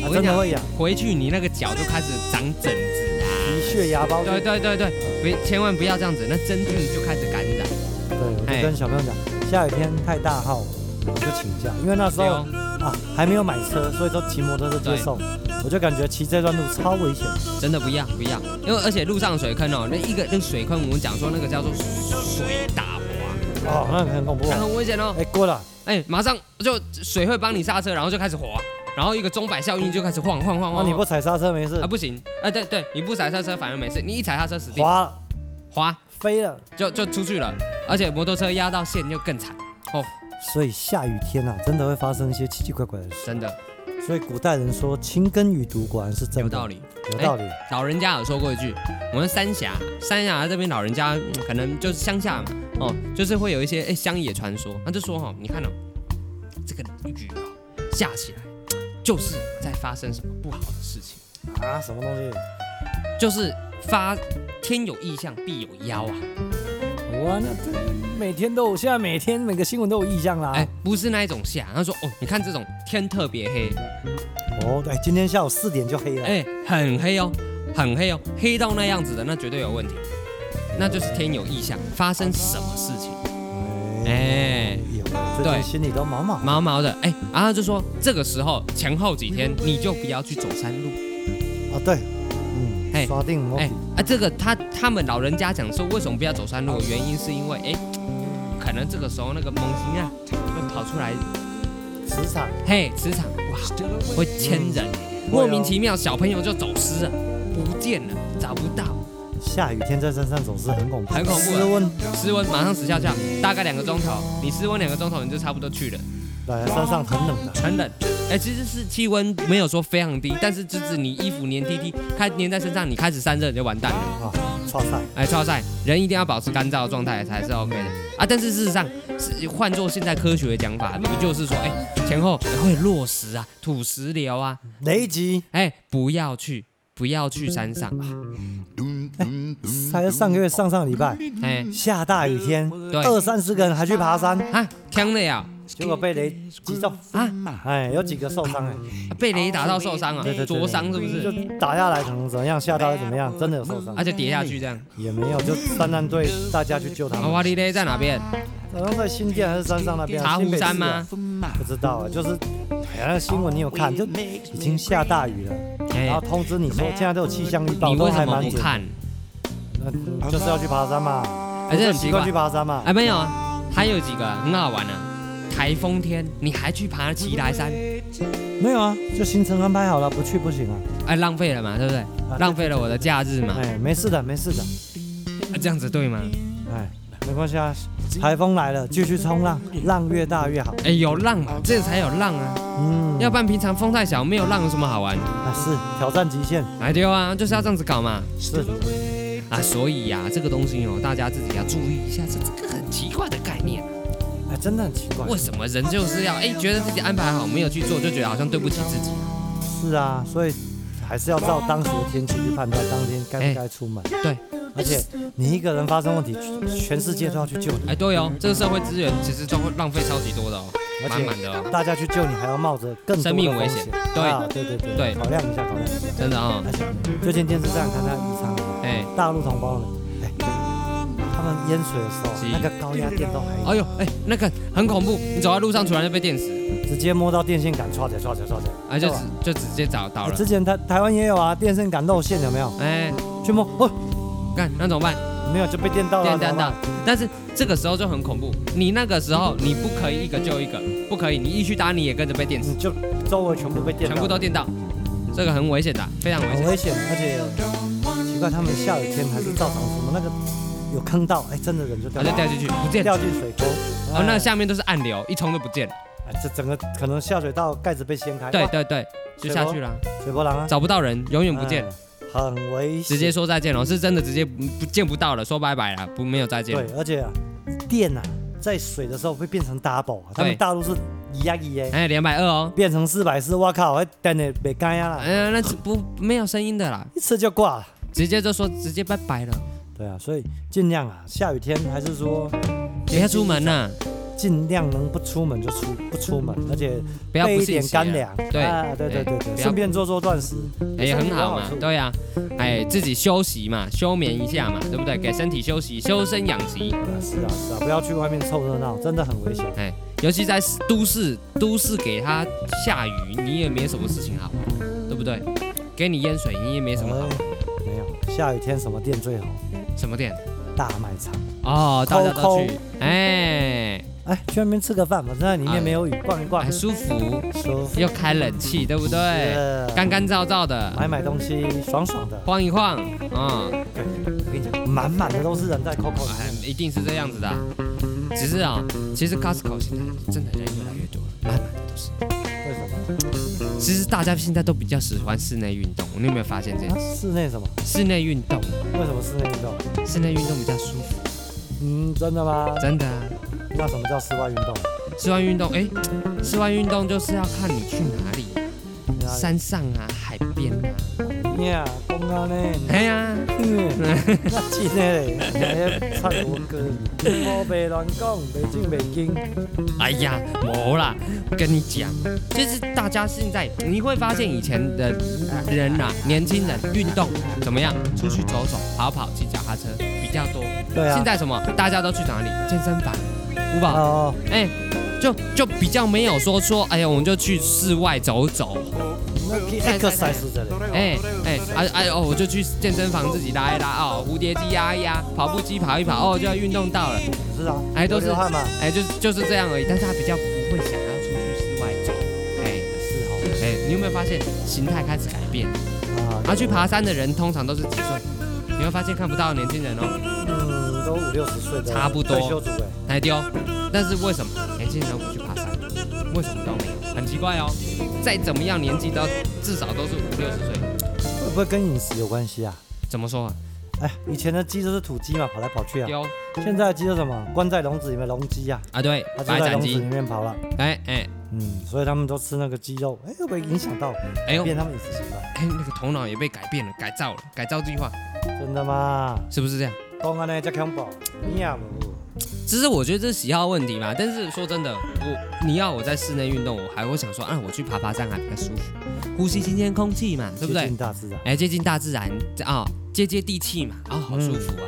我跟你啊真的讲，会痒，回去你那个脚就开始长疹子啊。鼻血牙包。对对对对，别千万不要这样子，那真菌就开始感染。对，我哎就跟小朋友讲，下雨天太大号，我就请假，因为那时候哦啊还没有买车，所以都骑摩托车接送。我就感觉骑这段路超危险，真的不要不要，因为而且路上水坑哦，那一个那个水坑，我们讲说那个叫做水打滑，哦，那很恐怖那哦。很危险哦。哎，过了，哎，马上就水会帮你刹车，然后就开始滑，然后一个钟摆效应就开始晃晃晃哦，晃。你不踩刹车没事啊，不行，哎对对，你不踩刹车反而没事，你一踩刹车死定，滑了滑飞了。就就出去了，而且摩托车压到线就更惨哦，所以下雨天啊，真的会发生一些奇奇怪怪的事。真的所以古代人说“青耕雨读”，果然是真的，有道，理。有道理。老人家有说过一句，我们三峡三峡这边老人家、嗯可能就是乡下嘛，哦，就是会有一些哎乡野传说，他就说哈、哦，你看哦，这个雨啊、下起来，就是在发生什么不好的事情，啊，什么东西？就是发天有异象必有妖啊，哇，那这每天都有，现在每天每个新闻都有异象啦。哎、不是那一种下，他说哦，你看这种天特别黑，哦，对，今天下午四点就黑了。哎、很黑哦，很黑哦，黑到那样子的那绝对有问题，那就是天有异象，发生什么事情，哎、有啊，最对近心里都毛毛。毛毛的，哎、然后就说这个时候前后几天你就不要去走山路，哦，对，哎嗯，刷定毛哎、啊，这个他他们老人家讲说为什么不要走山路，原因是因为哎、可能这个时候那个猛禽啊会跑出来，磁场。嘿，磁场不好，会牵人，莫名其妙小朋友就走失了，不见了，找不到，下雨天在山上走是很恐怖，很恐怖啊室温，失温马上死翘翘，大概两个钟头，你失温两个钟头你就差不多去了。本来山上很冷的，很冷。哎、其实是气温没有说非常低，但是就是你衣服黏 T T，开黏在身上，你开始散热你就完蛋了。啊，刷晒。哎，超晒，人一定要保持干燥的状态才是 OK 的啊。但是事实上，是换做现在科学的讲法，不就是说，哎、前后会落石啊、土石流啊，雷击，哎、不要去，不要去山上，才上个月上上礼拜哎、下大雨天，对二三十个人还去爬山，啊，呛了呀，结果被雷击中，啊，哎，有几个受伤哎，被雷打到受伤啊对对，对灼伤是不？就是打下来可能怎么样，吓到会怎么样，真的有受伤啊，，就跌下去这样。也没有，就三战队大家去救他啊，们。哇哩嘞在哪边？好像在新店还是山上那边啊，茶壶新北市啊山吗？不知道啊，就是好像新闻你有看，就已经下大雨了，哎然后通知你说现在都有气象预报，你都为什还么蛮不准的。看？那就是要去爬山嘛，还哎是很习奇惯怪去。爬山嘛。啊，没有啊，还有几个很好玩啊。台风天你还去爬奇来山，没有啊，就行程安排好了，不去不行啊。哎，浪费了嘛，对不对？浪费了我的假日嘛，啊哎，没事的，没事的，啊这样子对吗？哎，没关系啊。台风来了，继续冲浪，浪越大越好。哎，有浪嘛，这才有浪啊，嗯，要不然平常风太小，没有浪有什么好玩？啊是挑战极限，哎，对啊，就是要这样子搞嘛。是啊，所以呀、这个东西哦，大家自己要注意一下，这这个很奇怪的概念。哎，真的很奇怪。为什么人就是要哎觉得自己安排好没有去做，就觉得好像对不起自己？是啊，所以还是要照当时的天气去判断，当天该哎不该出门。对，而且你一个人发生问题，全世界都要去救你，哎，对哦，这个社会资源其实都会浪费超级多的哦，而满且满的哦，大家去救你还要冒着更多的生命风危险对啊对对对对考量一下，考量一下。真的哦，而且最近电视上看到异常，哎。大陆同胞们，哎，他们淹水的时候是，那个高压电都还哎呦，哎、那个很恐怖，你走在路上突然就被电死，直接摸到电线杆，唰着唰着唰着，啊，就直对吧就直接找倒哎了。之前台台湾也有啊，电线杆露线有没有？哎、去摸，哦，干那怎么办？没有就被电到了，电电啊怎么办到，但是这个时候就很恐怖。你那个时候你不可以一个救一个，不可以，你一去搭你也跟着被电死你，就周围全部被嗯电全到，部都电到，这个很危险的，非常危很险。危险，而且奇怪，他们下雨天还是照常出门，那个有坑道，哎，真的人就然掉后到就掉进去不见。掉哎进水沟，哦，那下面都是暗流，一冲就不见了。哎这整个可能下水道盖子被掀开，对哇，对对，就下去了，哎水波浪啊，找不到人，永远不见，哎，很危险，嗯直接说再见了，是真的直接不见不到了，说拜拜了，不没有再见了。嗯对，而且啊电啊，在水的时候会变成 double，、啊、他们对大陆是一样一耶，哎，两百二哦，变成四百四，我靠，还等的没干呀啦，哎呀，那是不没有声音的啦，一吃就挂了。直接就说直接拜拜了，对啊，所以尽量啊，下雨天还是说别出门啊呐，尽量能不出门就出不出门，而且嗯不要备不一点信邪啊干粮。对啊对对对对对，不要顺便做做断食，哎也很好身体有嘛好处，对呀，哎，自己休息嘛，休眠一下嘛，对不对？给身体休息，修身养息，啊是啊是啊，不要去外面凑热闹，真的很危险。哎，尤其在都市，都市给它下雨，你也没什么事情好，对不对？给你淹水，你也没什么好哎。没有，下雨天什么店最好？什么店？大卖场。哦，大家都抠去，哎，哎，去那边吃个饭，反正在里面没有雨，逛一逛很，舒服，舒服。又开冷气，对不对？是干干燥燥的，呃买买东西，爽爽的。晃一晃，嗯。对，我跟你讲，满满的都是人在 COCO 里哎面，一定是这样子的啊、只是啊、其实 Costco 现在真的人越来越多了，满满的都是。为什么？其实大家现在都比较喜欢室内运动，你有没有发现这啊件事？室内什么？室内运动，为什么室内运动？室内运动比较舒服，嗯，真的吗？真的、啊。那什么叫室外运动？室外运动，哎，室外运动就是要看你去哪里，山上啊，海边啊。呀，公安呢？哎呀，嗯， 那真的嘞，你唱国歌，我别乱讲，北京北京，哎呀，没啦，跟你讲，就是大家现在你会发现以前的人呐、啊，年轻人运动怎么样？出去走走、跑跑、骑脚踏车比较多。对啊现在什么？大家都去哪里？健身房、舞宝，哦，哎、就就比较没有说说，哎呀，我们就去室外走走，那 exercise 这里，哎哎哎哎哦，我就去健身房自己拉一拉哦，蝴蝶机压一压，跑步机跑一跑，哦，就要运动到了。是啊，哎，都是流流汗嘛，哎，就是就是这样而已。但是他比较不会想要出去室外走，哎是哎，你有没有发现形态开始改变？啊哦，然后去爬，山的人通常都是几岁？你会发现看不到年轻人哦，嗯，都五六十岁的，差不多退休族哎，还丢。但是为什么年轻人都不去爬山？为什么都没有？很奇怪哦。再怎么样年纪都至少都是五六十岁。会不会跟饮食有关系啊？怎么说啊？哎，以前的鸡都是土鸡嘛，跑来跑去啊，丢现在的鸡是什么？关在笼子里面，笼鸡啊，啊，对它，就白在斩笼子里鸡。面跑了，哎哎嗯，所以他们都吃那个鸡肉，哎，会不会影响到哎呦变他们饮食习惯？哎，那个头脑也被改变了，改造了，改造计划真的吗？是不是这样？讲安尼才恐怖，你也无。其实我觉得这是喜好问题嘛，但是说真的，我你要我在室内运动，我还会想说，啊，我去爬爬山还比较舒服，呼吸新鲜空气嘛，对不接对近？大自然，哎，接近大自然啊、接接地气嘛，啊、好舒服啊，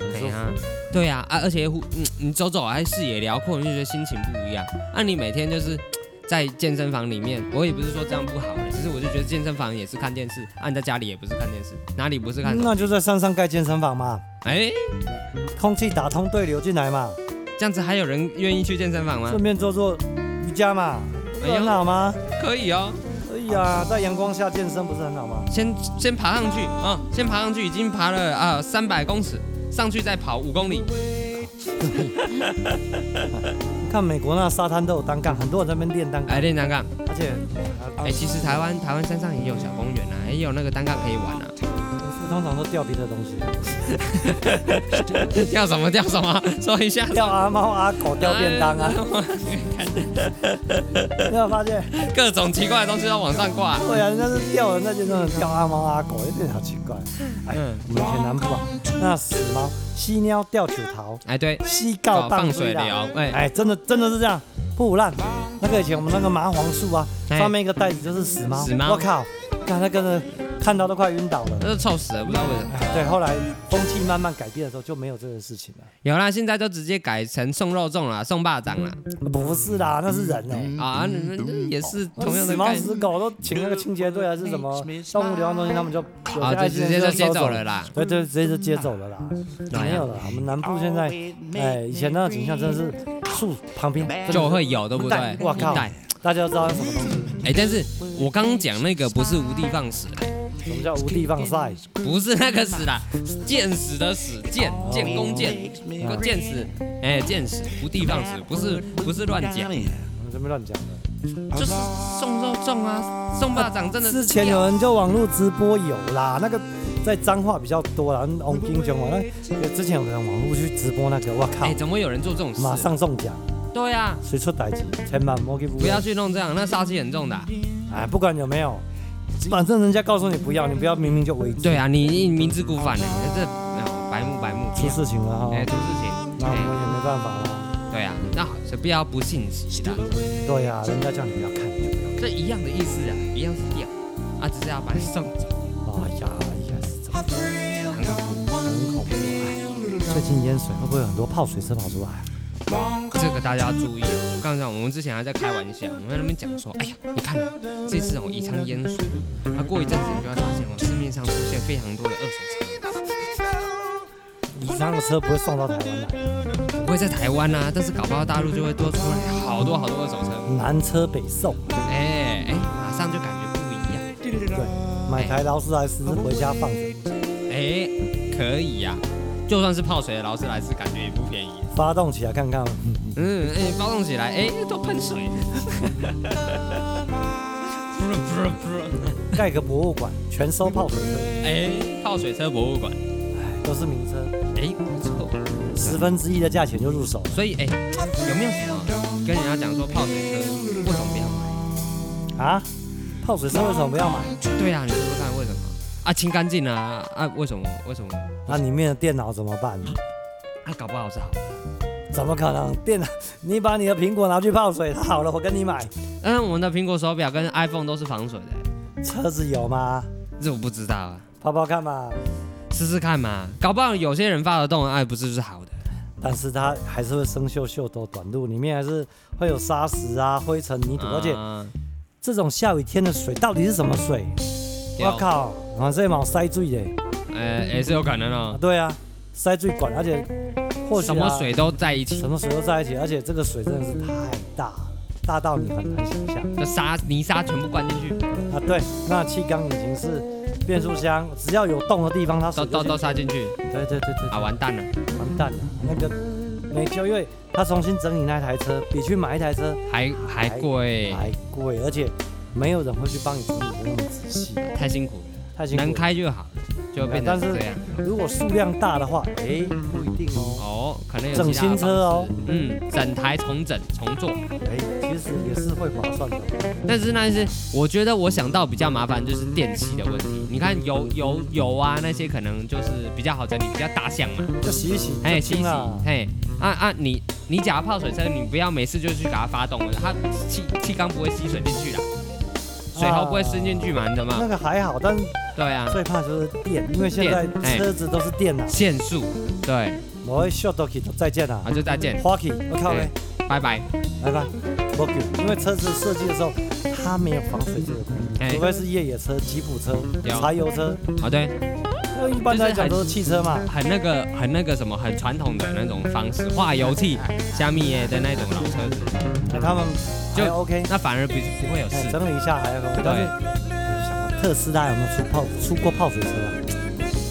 很哎舒呀服。对呀、啊，而且呼嗯，你走走还视野辽阔，你就觉得心情不一样。啊，你每天就是在健身房里面，我也不是说这样不好，只是我就觉得健身房也是看电视，啊，你在家里也不是看电视，哪里不是看？嗯那就在山上盖健身房嘛，哎，空气打通对流进来嘛，这样子还有人愿意去健身房吗顺？便做做瑜伽嘛，嗯不哎是呦很好吗？可以哦。可以啊，在阳光下健身不是很好吗？先先爬上去啊、先爬上去，已经爬了啊三百公尺，上去再跑五公里。看美国那沙滩都有单杠，很多人在那边练单杠哎，，练单杠，而且啊哎，其实台湾台湾山上也有小公园啊，也有那个单杠可以玩啊。 通常都钓别的东西，钓什么钓什么，说一下。钓阿猫阿狗，钓啊便当啊，嗯没有发现？ 各种奇怪的东西都往上挂。对啊，人家是钓人在健身房钓阿猫阿狗，有点好奇怪。哎，嗯我们以前南部啊，那死猫、犀鸟钓酒桃，哎，对，西放告棒水疗，哎，哎，真的真的是这样，不烂。那个以前我们那个麻黄素啊，哎上面一个袋子就是死猫，死猫我靠，看那个看到都快晕倒了。那是臭死了，不知道为什么。哎对，后来风气慢慢改变的时候就没有这个事情了。有啦，现在都直接改成送肉粽啦，送霸掌啦。不是啦，那是人哎、啊，你们这也是那同样死的猫概念哦死狗都请那个清洁队还是什么动物流浪中心，他们就有些啊，爱就心直人接就接收走了。啦。啊对对，直接就接 走了啦，哪没样有了啦。我们南部现在，哎，以前那个景象真的是树旁边真的是就会有，对不对嗯带？我靠一带大家都知道是什么东西，哎，但是我刚刚讲那个不是无的放矢，什么叫无地放晒？不是那个死啦，箭矢的矢，箭哦箭弓箭，箭矢，哎，箭矢，无的放矢，不是不是乱讲，我们这边乱讲的。就是送肉粽啊，送巴掌真的是之前有人就网络直播有啦，那个在彰化比较多啦，红金熊嘛。那之前有人网络去直播那个，我靠哎，，怎么会有人做这种事？马上中奖，对啊，谁出歹机，千万莫去不不要去弄这样，那杀气很重的啊。哎，不管有没有，反正人家告诉你不要，你不要，明明就违纪，对啊，你你明知故犯的，这哎呦白目白目，出事情了哈哎，，出事情，那我哎，们也没办法了。对啊，那是不要不信邪的，对呀，人家叫你不要看，哎你就不要这一样的意思啊，一样是掉，啊，只是要把你送走，看。哎呀，应该是这样，很恐怖。很恐怖。哎，最近淹水会不会有很多泡水车跑出来？这个大家要注意哦。刚才我们之前还在开玩笑，我们在那边讲说，哎呀，你看这次我宜昌淹水，啊，过一阵子你就会发现哦，市面上出现非常多的二手你上的车不会送到台湾来，车，不会在台湾啊，但是搞不好大陆就会多出来好多好多二手车，南车北送。哎哎，马上就感觉不一样，对，买台劳斯莱斯回家放着，哎，可以呀、就算是泡水的劳斯莱斯，感觉也不哎便宜。发动起来看看。嗯，哎、发动起来，哎、都喷水。噗噜噗噜噗噜盖个博物馆，全收泡水车，哎，泡水车博物馆，哎，都是名车，哎、不错。十分之一的价钱就入手了。所以哎、有没有什么跟人家讲说泡水车为什么不要买？啊，泡水车为什么不要买？对啊，你说说看为什么？啊，清干净啊，啊，为什么？为什么？那、里面的电脑怎么办？啊，搞不好是好。怎么可能？电脑， 你把你的苹果拿去泡水，它好了，我跟你买。嗯，我们的苹果手表跟 iPhone 都是防水的、车子有吗？这我不知道啊，泡泡看嘛。试试看嘛。搞不好有些人发得动，哎，不是就是好的。但是它还是会生锈、锈多、短路，里面还是会有沙石啊、灰尘、泥土，而且啊这种下雨天的水到底是什么水？对我哦靠，啊，这毛塞住耶！呃，也是有可能哦。对啊，塞最管，而且或许、啊、什么水都在一起什，么水都在一起，而且这个水真的是太大了，大到你很难想象这沙泥沙全部灌进去，啊！对，那气缸引擎是变速箱，只要有洞的地方，它都水都就都进塞进去对对对对，啊，完蛋了。完蛋了，那个没救，因为他重新整理那台车，比去买一台车还还贵，还贵，而且没有人会去帮你整理的那么仔细，太辛苦了，太辛苦了。能开就好，就变成但这是样。如果数量大的话，哎，不一定哦。哦，可能有整其他的新车方哦式，嗯，整台重整重做，哎，其实也是会划算的。但是那是我觉得我想到比较麻烦就是电器的问题。你看油油油啊那些可能就是比较好整理，比较大项嘛，就洗一洗，哎，就洗清洗了，。嘿，啊啊，你你假如泡水车，你不要每次就去给它发动了，它气气缸不会吸水进去啦，水喉不会伸进去嘛，你懂那吗？个还好，但对啊，最怕就是电，因为现在电哎车子都是电脑，限速，对，我会 short o k 再见啊啊，就再见，花 key，我靠哎嘞，拜拜，拜拜 o k 因为车子设计的时候，它没有防水这个功哎能，除非是越野车、吉普车、有柴油车，啊对，那一般来讲都是汽车嘛。很那个很那个什么很传统的那种方式，化油器、加密耶的那种老车子，哎他们就就 OK，那反而不不会有哎事，整理一下还可以。但是哎想过特斯拉有没有出泡出过泡水车啊？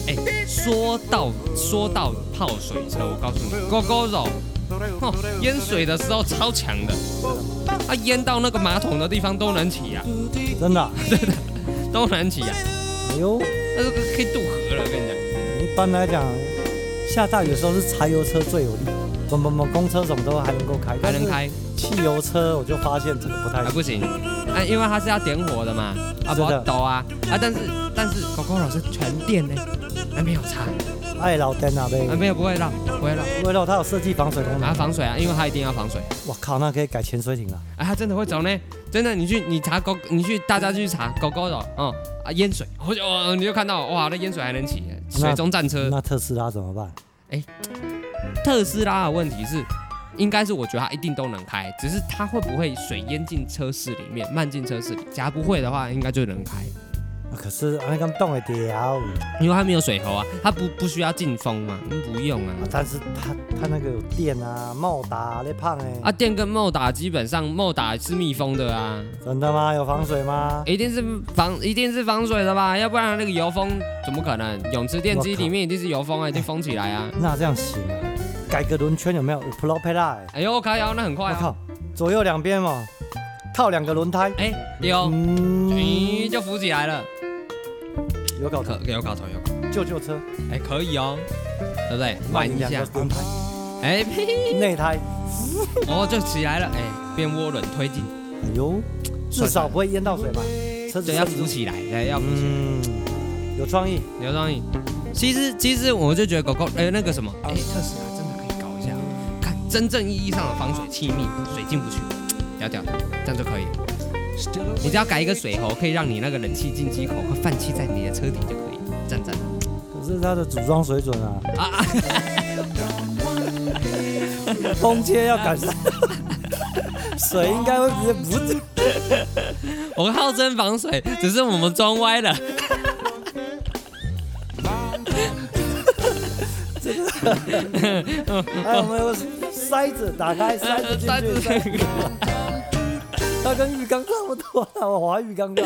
哎，说到说到泡水车，我告诉你，GoGo 哎肉，哼淹水的时候超强的，啊，淹到那个马桶的地方都能起啊，真的啊？都能起啊，哎呦，那个可以渡河了，我跟你讲。一般来讲，下大雨的时候是柴油车最有力，我们我们公车什么都还能够开，还能。开汽油车我就发现这个不太还啊行。不行，啊，因为它是要点火的嘛，啊，是不的要抖啊，啊，但是但是 GoGo 肉是全电呢，啊，没有差，哦爱老灯啊呗啊，，没有不会绕，不会绕，为了它有设计防水功能啊，。防水啊，因为它一定要防水，我靠，那可以改潜水艇啊！啊，它真的会走呢，真的，你去你查狗，你去大家去查狗狗的，嗯啊淹水，我就哦你就看到哇，那淹水还能骑，水中战车。那特斯拉怎么办？啊特斯拉的问题是，应该是我觉得它一定都能开，只是它会不会水淹进车室里面，漫进车室里，假如不会的话，应该就能开，啊可是那个动也掉，因为它没有水喉啊，它不不需要进风嘛，嗯不用啊。但是它它那个有电啊，茂达啊那胖哎、啊，电跟 m 打基本上 m 打是密封的啊，真的吗？有防水吗？一定是防一定是防水的吧，要不然那个油封怎么可能？泳池电机里面一定是油封啊，已经封起来啊。那这样行啊，改个轮圈有没有？有 Pro p e l a 哎呦，开腰那很我、快啊！靠，左右两边嘛，套两个轮胎，哎，有，嗯，咦，就浮起来了，有搞头可。有搞头有搞头。救救车，哎，可以哦，对不对？换玩一两下个，轮胎哎，呸，内胎，哦，就起来了，哎，变涡轮推进，哎呦，至少不会淹到水吧？车子对，啊要扶，起来，对，要扶起来。嗯，有创意，刘张颖，其实其实我就觉得狗狗，哎、那个什么，哎、特斯拉真的可以搞一下，看真正意义上的防水气密，水进不去，屌屌，这样就可以了。你只要改一个水喉，可以让你那个冷气进机口和泛气在你的车底就可以，赞赞可是它的组装水准啊，啊 啊！空切要赶上，水应该会直接不是。我号称防水，只是我们装歪了。还有哎我们有个塞子打开，嗯 塞子进去，塞子它跟浴缸差不多，我滑浴缸 的。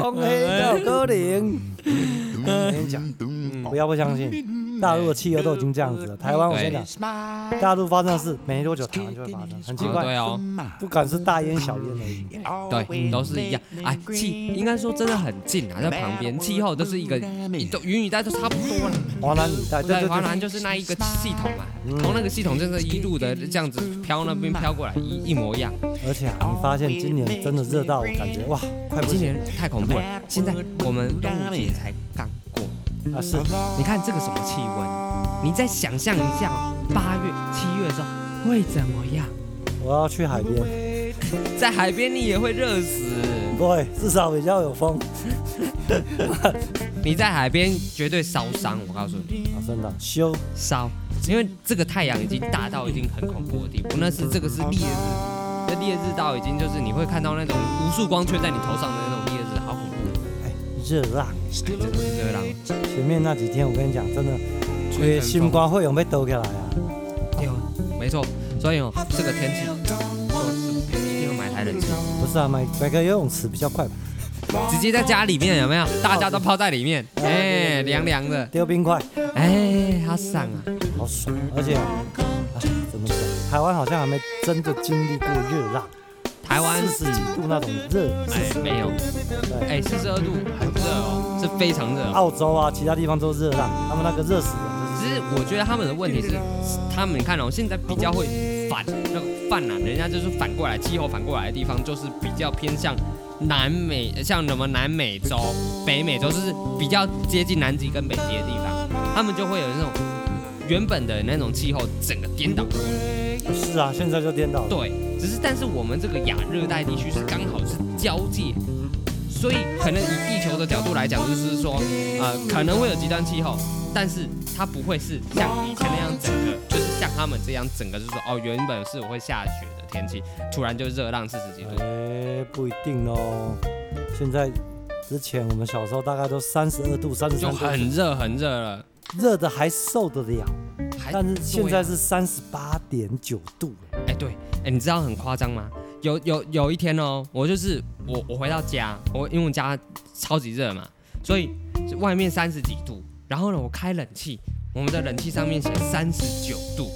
空黑叫哥零，嗯我跟你讲，Mm. 不要不相信，大陆的汽油都已经这样子了，台湾我先讲，大陆发生的事没多久，台湾就会发生，很奇啊对怪，哦，不管是大烟小烟而已。对，都是一样。哎，气应该说真的很近啊，在旁边，气候都是一个，都云雨带都差不多了。华南一带，哎对对，对华对，南就是那一个系统嘛，从那个系统就是一路的这样子飘那边飘过来，一一模一样。而且啊，你发现今年真的热到我感觉哇，快不今行哎年太恐怖了，现在我们端午节才刚过，啊！是你看这个什么气温？你再想象一下哦，八月、七月的时候会怎么样？我要去海边，在海边你也会热死，对，至少比较有风啊你在海边绝对烧伤，我告诉你，啊，真的修。烧，因为这个太阳已经大到已经很恐怖的地步，那是这个是烈日，那烈日到已经就是你会看到那种无数光圈在你头上的那种烈日，好恐怖。热浪。哎真的是热浪，啊前面那几天我跟你讲，真的，吹新瓜会有被抖起来啊！对哦没错，所以哦，这个天气，就是一定要买台冷气，不是啊，买买个游泳池比较快吧，直接在家里面有没有？大家都泡在里面，哎，凉凉的，丢冰块哎，好爽啊！好爽。而且，啊，怎么讲？台湾好像还没真的经历过热浪，台湾四十几度那种热。哎没有，对，哎，四十二度很热哦，是非常热哦。澳洲啊，其他地方都热浪，他们那个热死了。只是我觉得他们的问题是，他们你看哦，现在比较会反那个泛南，人家就是反过来，气候反过来的地方就是比较偏向南美，像什么南美洲、北美洲，就是比较接近南极跟北极的地方，他们就会有那种原本的那种气候整个颠倒过来。是啊，现在就颠倒了。对，只是但是我们这个亚热带地区是刚好是交界，所以可能以地球的角度来讲，就是说，呃，可能会有极端气候，但是它不会是像以前那样整个，就是像他们这样整个，就是说，哦，原本是会下雪的天气，突然就热浪四十几度。哎，不一定哦。现在之前我们小时候大概都三十二度、三十就三度，很热很热了，热的还受得了，还但是现哎对啊在是三十八点九度欸了。哎、对，哎、你知道很夸张吗？有有有一天哦，我就是我我回到家，我因为我家超级热嘛，所以外面三十几度，然后呢我开冷气，我们的冷气上面写三十九度，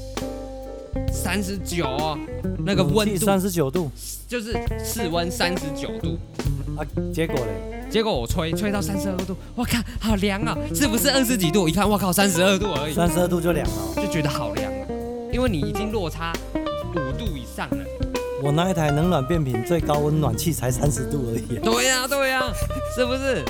三十九哦，那个温度三十九度就是室温三十九度，啊，结果嘞，结果我吹吹到三十二度，我靠，好凉啊、是不是二十几度？我一看，我靠，三十二度而已。三十二度就凉了。就觉得好凉啊，因为你已经落差五度以上了。我那一台冷暖变频最高温暖气才三十度而已。对呀、对呀、是不是？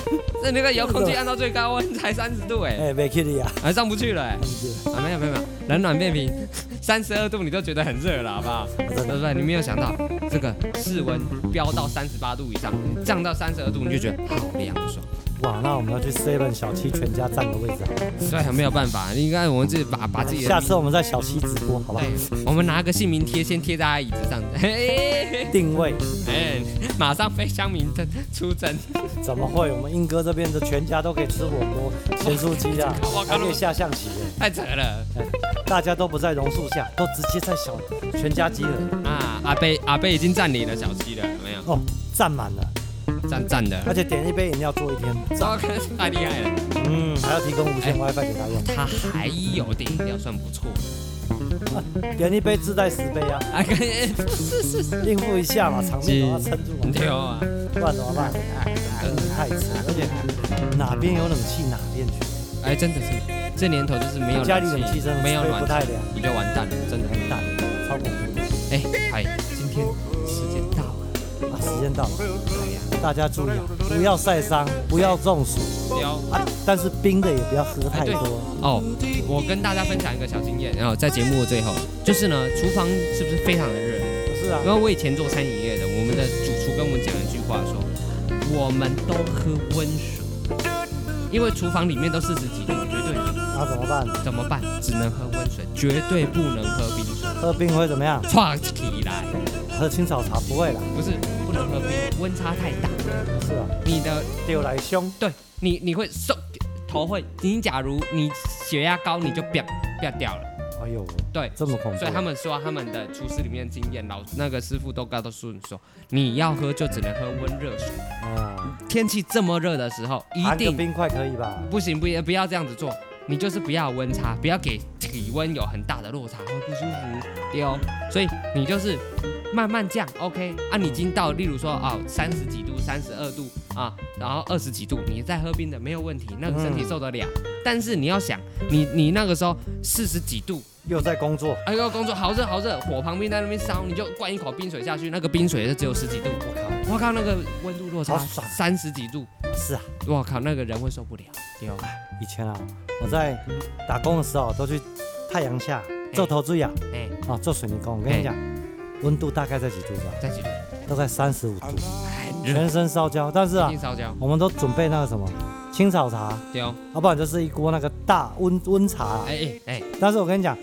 那那个遥控器按到最高温才三十度哎，哎，别 kitty 啊，还上不去了哎。是啊，没有没有没有，冷暖变频，三十二度你都觉得很热了，好不好？对不对？你没有想到这个室温飙到三十八度以上，降到三十二度你就觉得好凉爽。哇，那我们要去 seven 小七全家占个位置啊。所以没有办法，应该我们自己把把自己的下次我们在小七直播，好不好？对，我们拿个姓名贴先贴在他椅子上，嘿，定位哎，马上飞香民灯出征。怎么会？我们英哥这边的全家都可以吃火锅、咸酥鸡啦哇，还可以下象棋耶，太扯了大家都不在榕树下，都直接在小全家鸡了。啊！阿贝阿贝已经占领了小七了，有没有？哦，占满了，占占的，而且点一杯饮料坐一天，糟糕，太厉害了！嗯，还要提供无线哎 WiFi 给他用，他还有点饮料算不错，啊点一杯自带十杯啊。啊，可以，是是是，应付一下嘛，场面都要撑住嘛，嗯对啊，不然怎么办？哎真的太扯，而且哪边有冷气哪边去，哎，真的是这年头就是没有家里冷气真的没有吹暖不气太凉，你就完蛋了，真的。大超恐怖。哎，嗨，今天时间到了，啊，时间到了，哎呀，大家注意啊，不要晒伤，不要中暑不要。啊，但是冰的也不要喝太哎对多。哦，我跟大家分享一个小经验，然后在节目的最后，就是呢，厨房是不是非常的热？是啊因，为我以前做餐饮业的，我们的主厨跟我们讲一句话说，我们都喝温水，因为厨房里面都四十几度，绝对冷，那怎么办？怎么办？只能喝温水，绝对不能喝冰水。喝冰会怎么样？创起来，喝青草茶不会啦。不是不能喝冰，温差太大，是啊，你的丢来凶。对你你会受头会，你假如你血压高，你就飙飙掉了。哎呦，对，这么恐怖。所以他们说他们的厨师里面经验，老那个师傅都告诉你说，你要喝就只能喝温热水。啊，天气这么热的时候，一含个定冰块可以吧？不行，不也不要这样子做。你就是不要温差，不要给体温有很大的落差，会不舒服对哦。所以你就是慢慢降，OK 啊，你已经到，例如说啊三十几度、三十二度啊，然后二十几度，你再喝冰的没有问题，那嗯个身体受得了。但是你要想，你你那个时候四十几度，又在工作，哎呦，工作好热好热，火旁边在那边烧，你就灌一口冰水下去，那个冰水就只有十几度，我靠，我靠，那个温度落差好爽三十几度，是啊，我靠，那个人会受不了。对哦，以前啊，我在打工的时候都去太阳下做投资呀，哎，啊，做水泥工。我跟你讲，温度大概在几度吧？再几度，都在三十五度，很热，全身烧焦。但是一啊定，烧焦。我们都准备那个什么青草茶，对哦，要不然就是一锅那个大温温茶啊。哎哎哎，但是我跟你讲，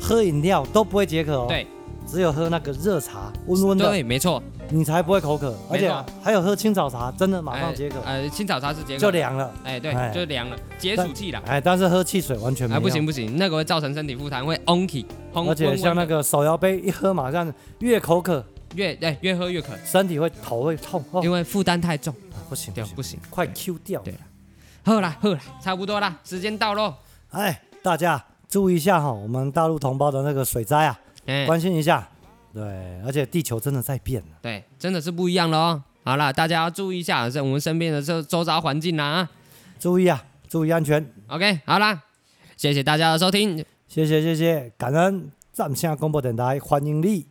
喝饮料都不会解渴哦，对，只有喝那个热茶，温温的，对，没错，你才不会口渴。而且啊没还有喝青草茶，真的马上哎解渴，呃，清早茶是解渴，就。凉了。哎，对，哎就凉了，解暑气啦。哎，但是喝汽水完全没哎，有。不行不行，那个会造成身体负担，会 onky，轰而且像那个手摇杯一喝，马上越口渴，越哎越喝越渴，身体会头会痛，哦，因为负担太重，不行对不，行，不行。快 Q 掉对。喝啦喝啦，差不多啦，时间到喽。哎，大家注意一下哈，我们大陆同胞的那个水灾啊，哎，关心一下。对，而且地球真的在变啊了。对，真的是不一样了哦。好啦，大家要注意一下这我们身边的周周遭环境啦啊。注意啊，注意安全， OK，好啦，谢谢大家的收听，啊谢谢谢谢，感恩藏下广播电台欢迎你。